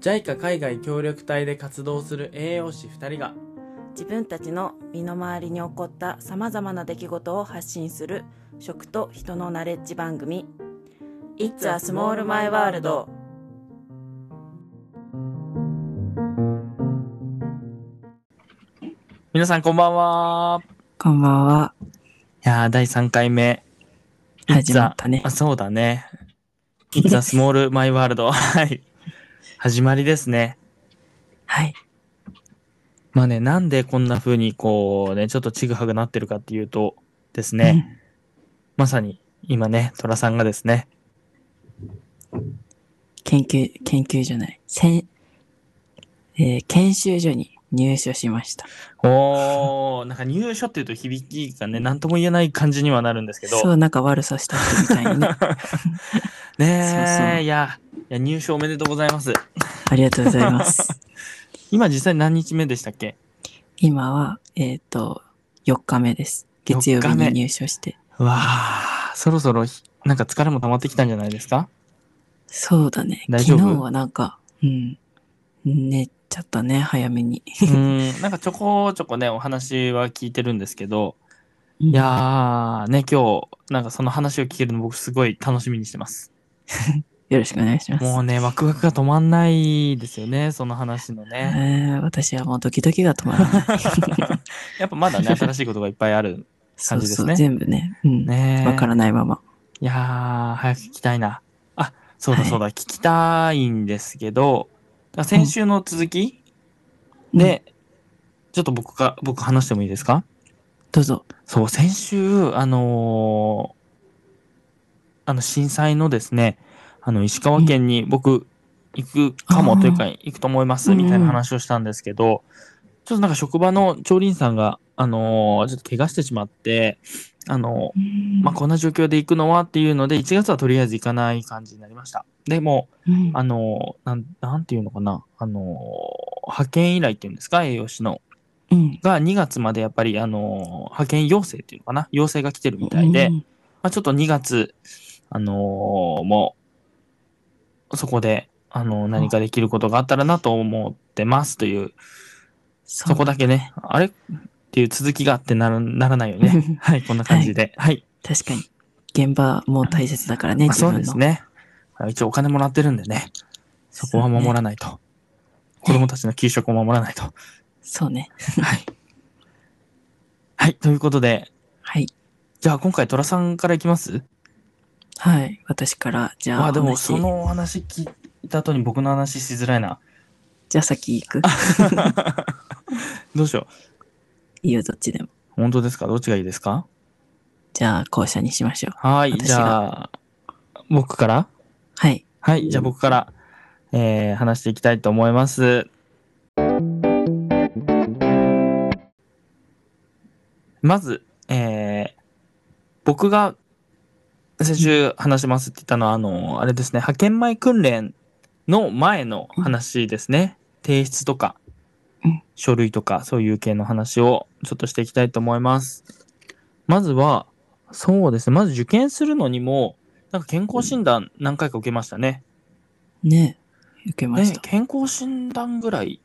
JICA 海外協力隊で活動する栄養士2人が自分たちの身の回りに起こったさまざまな出来事を発信する食と人のナレッジ番組「It's a Small My World」皆さんこんばんはこんばんはいやー第3回目始まったねあそうだね It's a small my world はい始まりですねはいまあねなんでこんな風にこうねちょっとちぐはぐなってるかっていうとですね、まさに今ね寅さんがですね研究研究所ないせん、えー研修所に入所しましたおーなんか入所っていうと響きがね何とも言えない感じにはなるんですけどそうなんか悪さした人みたい にねねえそうそいうやいや入所おめでとうございますありがとうございます今実際何日目でしたっけ今はえっ、と4日目です月曜日4日目に入所してわあそろそろひなんか疲れも溜まってきたんじゃないですかそうだね。大丈昨夫日はなんか、うん。寝ちゃったね、早めに。うーんなんかちょこちょこねお話は聞いてるんですけどいやーね今日なんかその話を聞けるの僕すごい楽しみにしてますよろしくお願いしま す。もうねワクワクが止まんないですよねその話のえねー私はもうドキドキが止まらない。 やっぱまだ ね新しいことがいっぱいあるそう感じでそすう、ね全部ね。うん。わ、 ねからないまま。いやー、早く聞きたいな。あ、そうだはいそうだ、聞きたいんですけど、だから先週の続きで、ちょっと僕が、僕話してもいいですかどうぞ。そう、先週、あのーあの、震災のですね、あの、石川県に僕、行くかもというか、行くと思います、みたいな話をしたんですけど、ちょっとなんか職場の調理員さんが、あのーちょっと怪我してしまって、あのーまあ、こんな状況で行くのはっていうので、1月はとりあえず行かない感じになりました。でも、うんあの、なん、なんていうのかな、あの、派遣依頼っていうんですか、栄養士の。うん。が2月までやっぱり、あの、派遣要請っていうのかな、要請が来てるみたいで、うんま、あ、ちょっと2月、あのもう、そこで、あの、何かできることがあったらなと思ってますという、そそこう。だけね、あれっていう続きがあってならならないよね。 はい、こんな感じで。はい確かに。現場も大切だからね、まあ自そう分ですの。ね。あ一応お金もらってるんでね、そこは守らないと。子供たちの給食を守らないと。そうね。はい。はい、ということで、はい。じゃあ今回トラさんからいきますはい。私から、じゃあ、あでおも話そのお話聞いた後に僕の話しづらいな。じゃあ先行く。どうしよいいよ、どっちでも。う。本当ですかどっちがいいですかじゃあ、後者にしましょう。はい、私がじゃあ、僕からはい。はい、じゃあ僕から、えー話していきたいと思います。まず、えー僕が先週話しますって言ったのは、あの、あれですね、派遣前訓練の前の話ですね。提出とかうん、書類とか、そういう系の話をちょっとしていきたいと思います。まずは、そうですね、まず受験するのにも、なんか健康診断何回か受けましたね。ね受けましねた。、健康診断ぐらい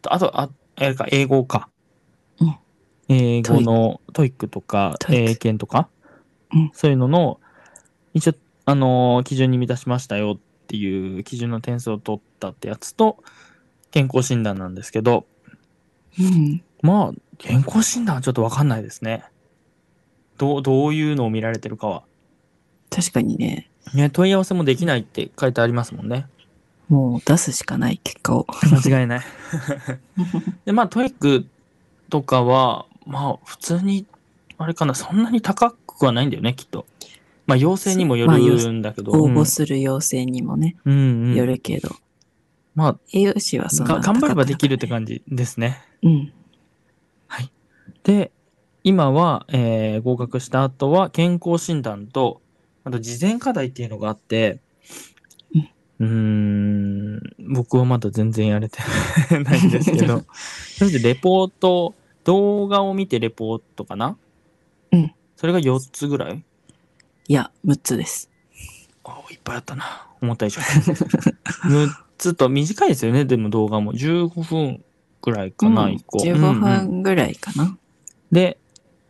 とあとああれか英語か、うん英語のトイックとかトイック英検とか、うんそういうのの一応、あのー基準に満たしましたよっていう基準の点数を取ったってやつと健康診断なんですけどうん。まあ健康診断はちょっと分かんないですねどうどういうのを見られてるかは、確かにね、ね、問い合わせもできないって書いてありますもん ねもう出すしかない結果を。間違いないで、まあ、トイックとかは、まあ、普通に、あれかな、そんなに高くはないんだよね、きっと。まあ、要請にもよるんだけど。応募する要請にもね、うん、うんうんよるけど、まあ、栄養士はそんなが頑張ればできるって感じですね。じ。うん。で、今は、えー合格した後は、健康診断と、あと、事前課題っていうのがあって、うーん、僕はまだ全然やれてないんですけ ど、とりあえずレポート、動画を見てレポートかなうん。それが4つぐらいいや、6つです。 あ、いっぱいあったな。思った以上に。6つと短いですよね、でも動画も。15分くらいかな、一個。 15うんうん分ぐらいかな。で、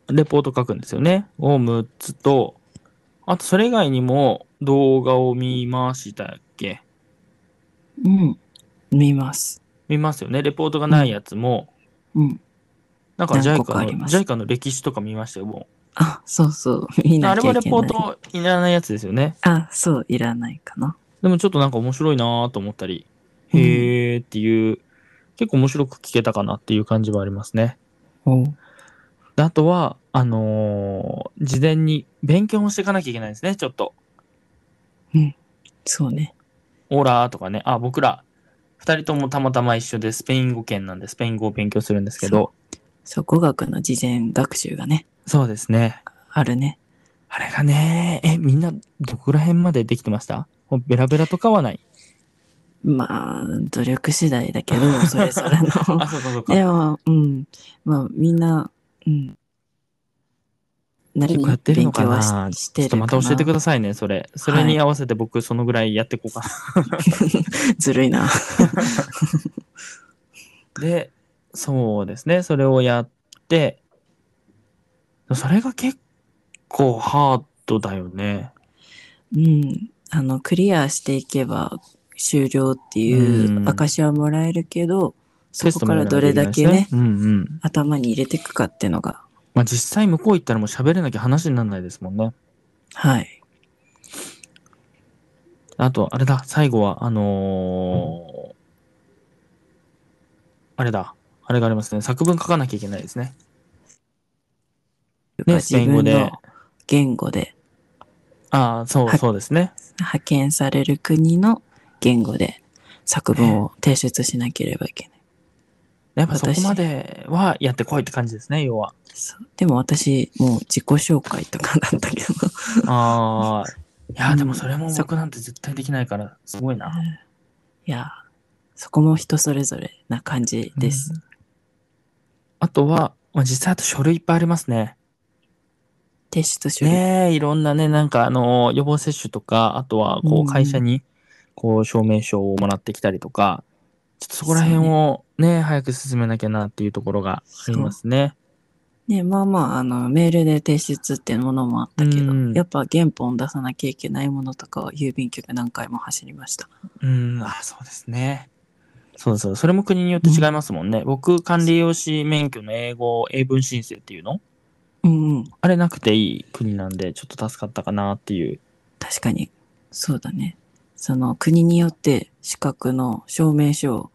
レポート書くんですよね。を6つと、あとそれ以外にも動画を見ましたっけうん。見ます。見ますよね。レポートがないやつも、うん。なんか JICA 何個かありの、ます JICA の歴史とか見ましたよ、もあ、そうそう。見う。あなれきゃはいレけポないー。トいらないやつですよね。あ、そう、いらないかな。でもちょっとなんか面白いなーと思ったり、うんへーっていう、結構面白く聞けたかなっていう感じはありますね。おうであとは、あのー事前に勉強もしていかなきゃいけないですね、ちょっと。そうね。オラーとかね。あ、僕ら、二人ともたまたま一緒でスペイン語圏なんで、スペイン語を勉強するんですけど。そう、語学の事前学習がね、そうですね。あるね。あれがね、え、みんな、どこら辺までできてましたもうベラベラとかはない。まあ、努力次第だけど、それぞれあ、の。そうかそうか。でも、うん。まあ、みんな、うん。なり結に構やってるの勉か強なはししてちょるっかとな。また教えてくださいね、それ。それに合わせて僕、そのぐらいやっていこうかな。 ずる いな。で、そうですね、それをやって、それが結構ハードだよね。うん。あの、クリアしていけば終了っていううん証はもらえるけど、そテスこトもかやらなきゃいけどれないだですけね、うんうん。頭に入れていくかっていうのが、まあ実際向こう行ったらもう喋れなきゃ話にならないですもんね。はい。あと、あれだ、最後は、あのーあれだ、あれがありますね。作文書かなきゃいけないですね。ね、ス自ペイン語分での。言語で、ああ、そう、はいそうですね。派遣される国の言語で作文を提出しなければいけない。やっぱそこ私まではやってこいって感じですね、 要は。そうでも私、もう自己紹介とかだったけど、ああ。いや、うんでもそれも僕なんて絶対できないから、すごいな。いや、そこも人それぞれな感じです。あとは、まあ、実際あと書類いっぱいありますね。提出書類。ねえ、いろんなね、なんかあの、予防接種とか、あとは、こうう、ん会社に、こう、証明書をもらってきたりとか、ちょっとそこら辺をね、早く進めなきゃなっていうところがありますね。ね、まあまあ、あの、メールで提出っていうものもあったけど、うんやっぱ原本出さなきゃいけないものとかは郵便局何回も走りました。うん、あ、そうですね。そうそう、それも国によって違いますもんね。僕、管理用紙免許の英語、英文申請っていうのうんうん。あれなくていい国なんで、ちょっと助かったかなっていう。確かに、そうだね。その国によって資格の証明書を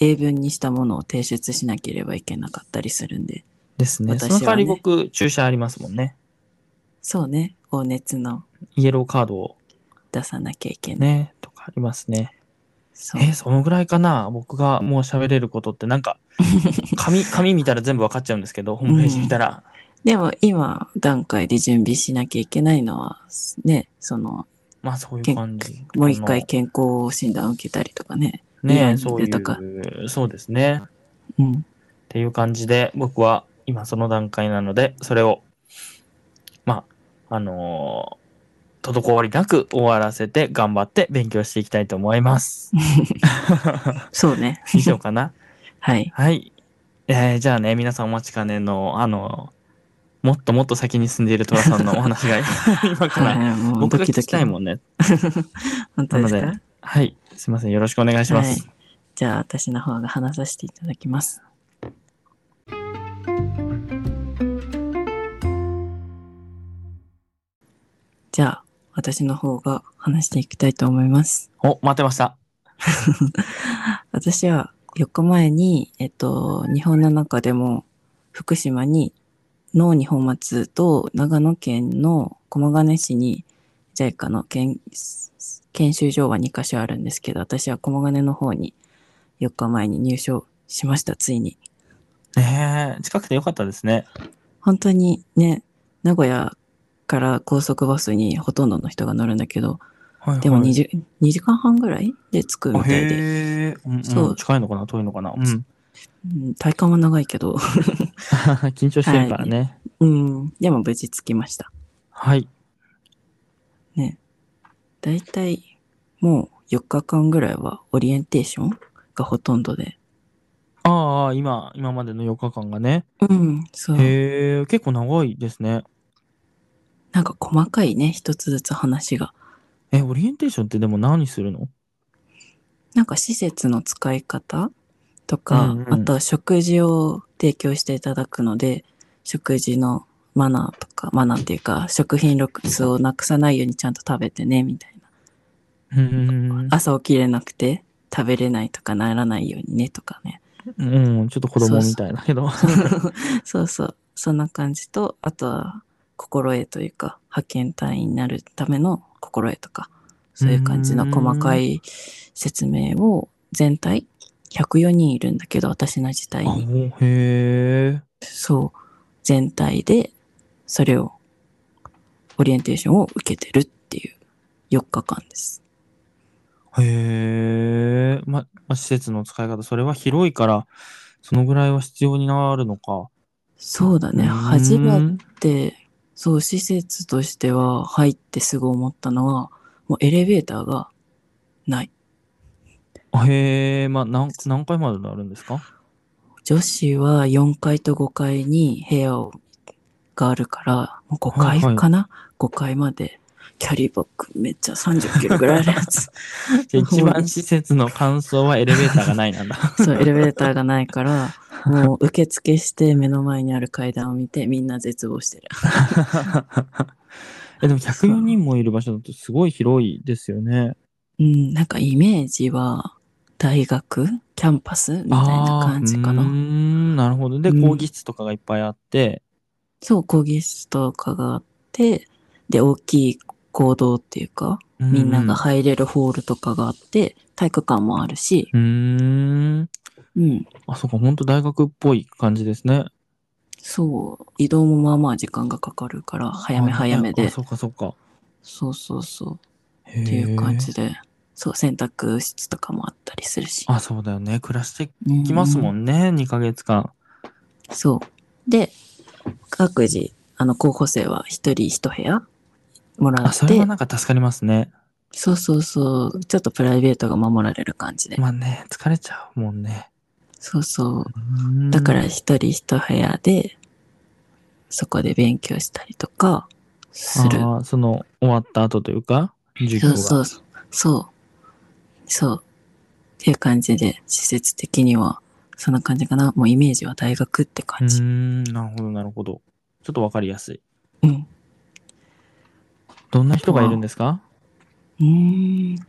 英文にしたものを提出しなければいけなかったりするんで、ですね。私そはねの代わり僕、注射ありますもんね。そうね、黄熱のイエローカードを出さなきゃいけない。ね、とかありますね。そうえーそのぐらいかな僕がもう喋れることってなん か紙紙見たら全部わかっちゃうんですけどホームページ見たら、でも今段階で準備しなきゃいけないのは、ね、その、まあそういけう感じもう一回あ健康診断を受けたりとかね。のね未来そのうい豊かうそうですねっうん。ていう感じで僕は今その段階なのでそれをまああのー滞りなく終わらせて頑張って勉強していきたいと思います。 そうね。以上かなはい。はい。えーじゃあね、皆さんお待ちかねの、あの、もっともっと先に進んでいるトラさんのお話 が今から、はい、もう僕が聞きたいん。もんね。本当ですなのかではい。すいません。よろしくお願いします。じゃあ私の方が話させていただきます。じゃあ私の方が話していきたいと思います。お、待ってました。私は4日前に、えっと、日本の中でも福島にの日本松と長野県の駒ヶ根市に JICA の研研修所は2カ所あるんですけど、私は駒ヶ根の方に4日前に入所しました、ついに。ねえ、近くてよかったですね。本当にね、名古屋から高速バスにほとんどの人が乗るんだけど、はいはいでも 20, 2時間半ぐらいで着くみあたいで。へえ、うんうんそう近いのかな遠いのかなうん うん体感は長いけど、緊張してるからね。うん、でも無事着きました。はい。ね。だいたいもう4日間ぐらいはオリエンテーションがほとんどで。ああ、今、今までの4日間がね。うん、そう。へえ、結構長いですね。なんか細かいね、一つずつ話が。え、オリエンテーションってでも何するのなんか施設の使い方とか、うんうんあとは食事を提供していただくので、食事のマナーとか、マナーっていうか、食品ロスをなくさないようにちゃんと食べてね、みたいな。うーん、朝起きれなくて食べれないとかならないようにね、とかね。うん、ちょっと子供みたいだけど。 そうそう。そんな感じと、あとは心得というか、派遣隊員になるための心得とか、そういう感じの細かい説明を全体、104人いるんだけど、私の自体あ、に。もうへえ。そう、全体で、それを、オリエンテーションを受けてるっていう4日間です。へえ。ま、まあ、施設の使い方、それは広いから、そのぐらいは必要になるのか。そうだね、うーん初めて、そう、施設としては入ってすぐ思ったのは、もうエレベーターがない。へえ、まあ、何、何回までなるんです か女子は4階と5階に部屋をがあるから、もう5階はいはいかな、?5 階まで。キャリーバッグめっちゃ30キロぐらいあるやつ。 じゃあ一番施設の感想はエレベーターがないなんだ。 そう、エレベーターがないから、もう受付して目の前にある階段を見てみんな絶望してる。え、でも104人もいる場所だとすごい広いですよね。うん、なんかイメージは大学キャンパスみたいな感じかあーうーな。ん、なるほど。で、うん講義室とかがいっぱいあって、そう、講義室とかがあって、で、大きい行動っていうか、みんなが入れるホールとかがあって、体育館もあるし、うーん。うん、あ、そうか、本当大学っぽい感じですね。そう、移動もまあまあ時間がかかるから、早め早めあで、そうか、そうか。そうそうそう、へっっていう感じで、そう、洗濯室とかもあったりするし。あ、そうだよね。暮らして行きますもんね、2ヶ月間。そう。で、各自、あの、候補生は一人一部屋もらあ、っそれては、なんか助かりますね。そうそうそう、ちょっとプライベートが守られる感じで。まあね、疲れちゃうもんね。そうそうーんう。だから、一人一部屋で、そこで勉強したりとか、する。あーその、終わった後というか、授業そうが。そうそう。そう。そう。っていう感じで、施設的には、そんな感じかな。もうイメージは大学ってう感じー。ん、なるほど、なるほど。ちょっとわかりやすい。うん。どんな人がいるんですかうーん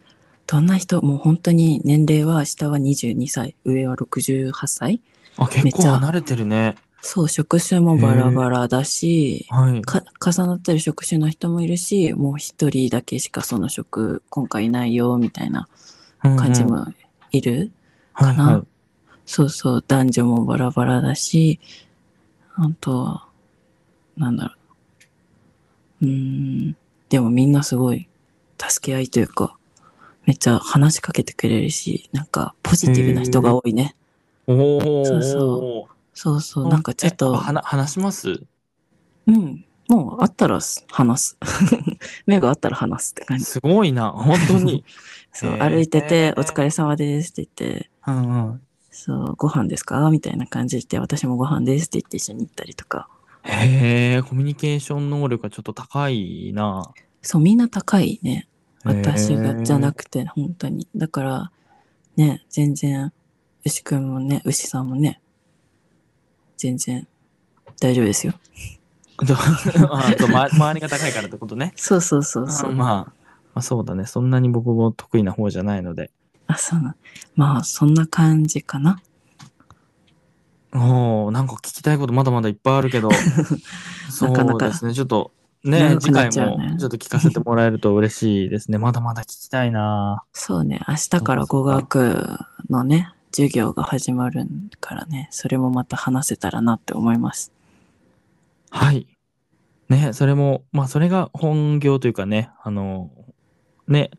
どんな人もう本当に年齢は下は22歳、上は68歳。あ、結めっ構ちゃ離れてるね。そう、職種もバラバラだし、はい。か重なってる職種の人もいるし、もう一人だけしかその職、今回いないよ、みたいな感じうんうんもいる。はいなはい。そうそう、男女もバラバラだし、あとは、なんだろう。うーん、でもみんなすごい、助け合いというか、めっちゃ話しかけてくれるし、なんかポジティブな人が多いね。おお。そうそそうそう、なんかちょっえと、話話しますうん、もうあったら話す。 目があったら話すって感じ。すごいな、本当に。 そう、へー歩いてて、お疲れ様ですって言って、うんうん。そう、ご飯ですかみたいな感じで言って、私もご飯ですって言って一緒に行ったりとか。へえ、コミュニケーション能力がちょっと高いな。そう、みんな高いね。私がじゃなくくて、本当に。だから、ね、全然、牛くんもね、牛さんもね、全然、大丈夫ですよ。て。 あそうま 周りが高いからってことね。そうそうそうあそう。まあ、まあそうだね。そんなに僕も得意な方じゃないので。あ、そうなん。まあ、そんな感じかな。おおなんか聞きたいことまだまだいっぱいある けど。そうなかなかですね。ちょっと、ね、長く次なっ回ちゃうねもちょっと聞かせてもらえると嬉しいですね。まだまだ聞きたいな。そうね、明日から語学のね、授業が始まるからね、それもまた話せたらなって思います。はい。ね、それも、まあ、それが本業というかね、あの、ね、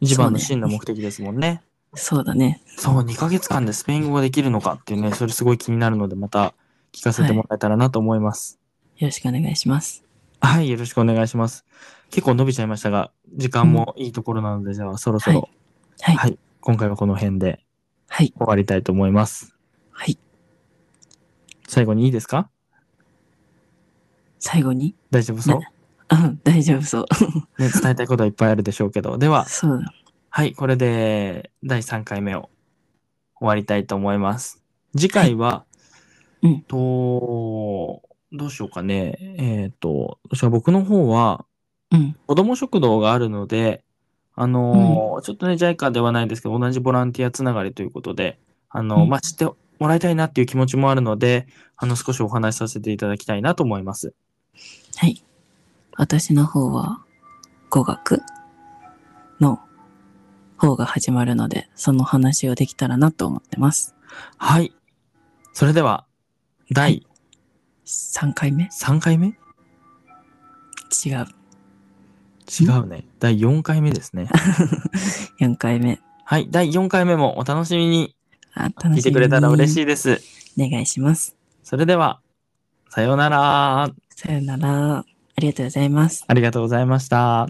一番のそう真ねの目的ですもんね。そうだね。そう,、2ヶ月間でスペイン語ができるのかっていうね、それすごい気になるので、また聞かせてもらえたらなと思います。よろしくお願いします。はい、よろしくお願いします。結構伸びちゃいましたが、時間もいいところなので、じゃあそろそろはいはい。今回はこの辺ではい。終わりたいと思います。はい。最後にいいですか最後に。大丈夫そう、うん、大丈夫そう。ね、伝えたいことはいっぱいあるでしょうけど。では、そうだ。はい、これで第3回目を終わりたいと思います。次回は、いうんと、どうしようかね。えっ、と、私は僕の方は、うん。子供食堂があるので、あのーちょっとね、JICA ではないですけど、同じボランティアつながりということで、あのーうんまあ、知ってもらいたいなっていう気持ちもあるので、あの、少しお話しさせていただきたいなと思います。はい。私の方は、語学の方が始まるので、その話をできたらなと思ってます。はい。それでは、第3回目3回目違う。違うね。第4回目ですね。 4回目。はい。第4回目もお楽しみにあ、楽しみに。聞いてくれたら嬉しい。いです。お願いします。それでは、さようなら。さよなら。ありがとうございます。ありがとうございました。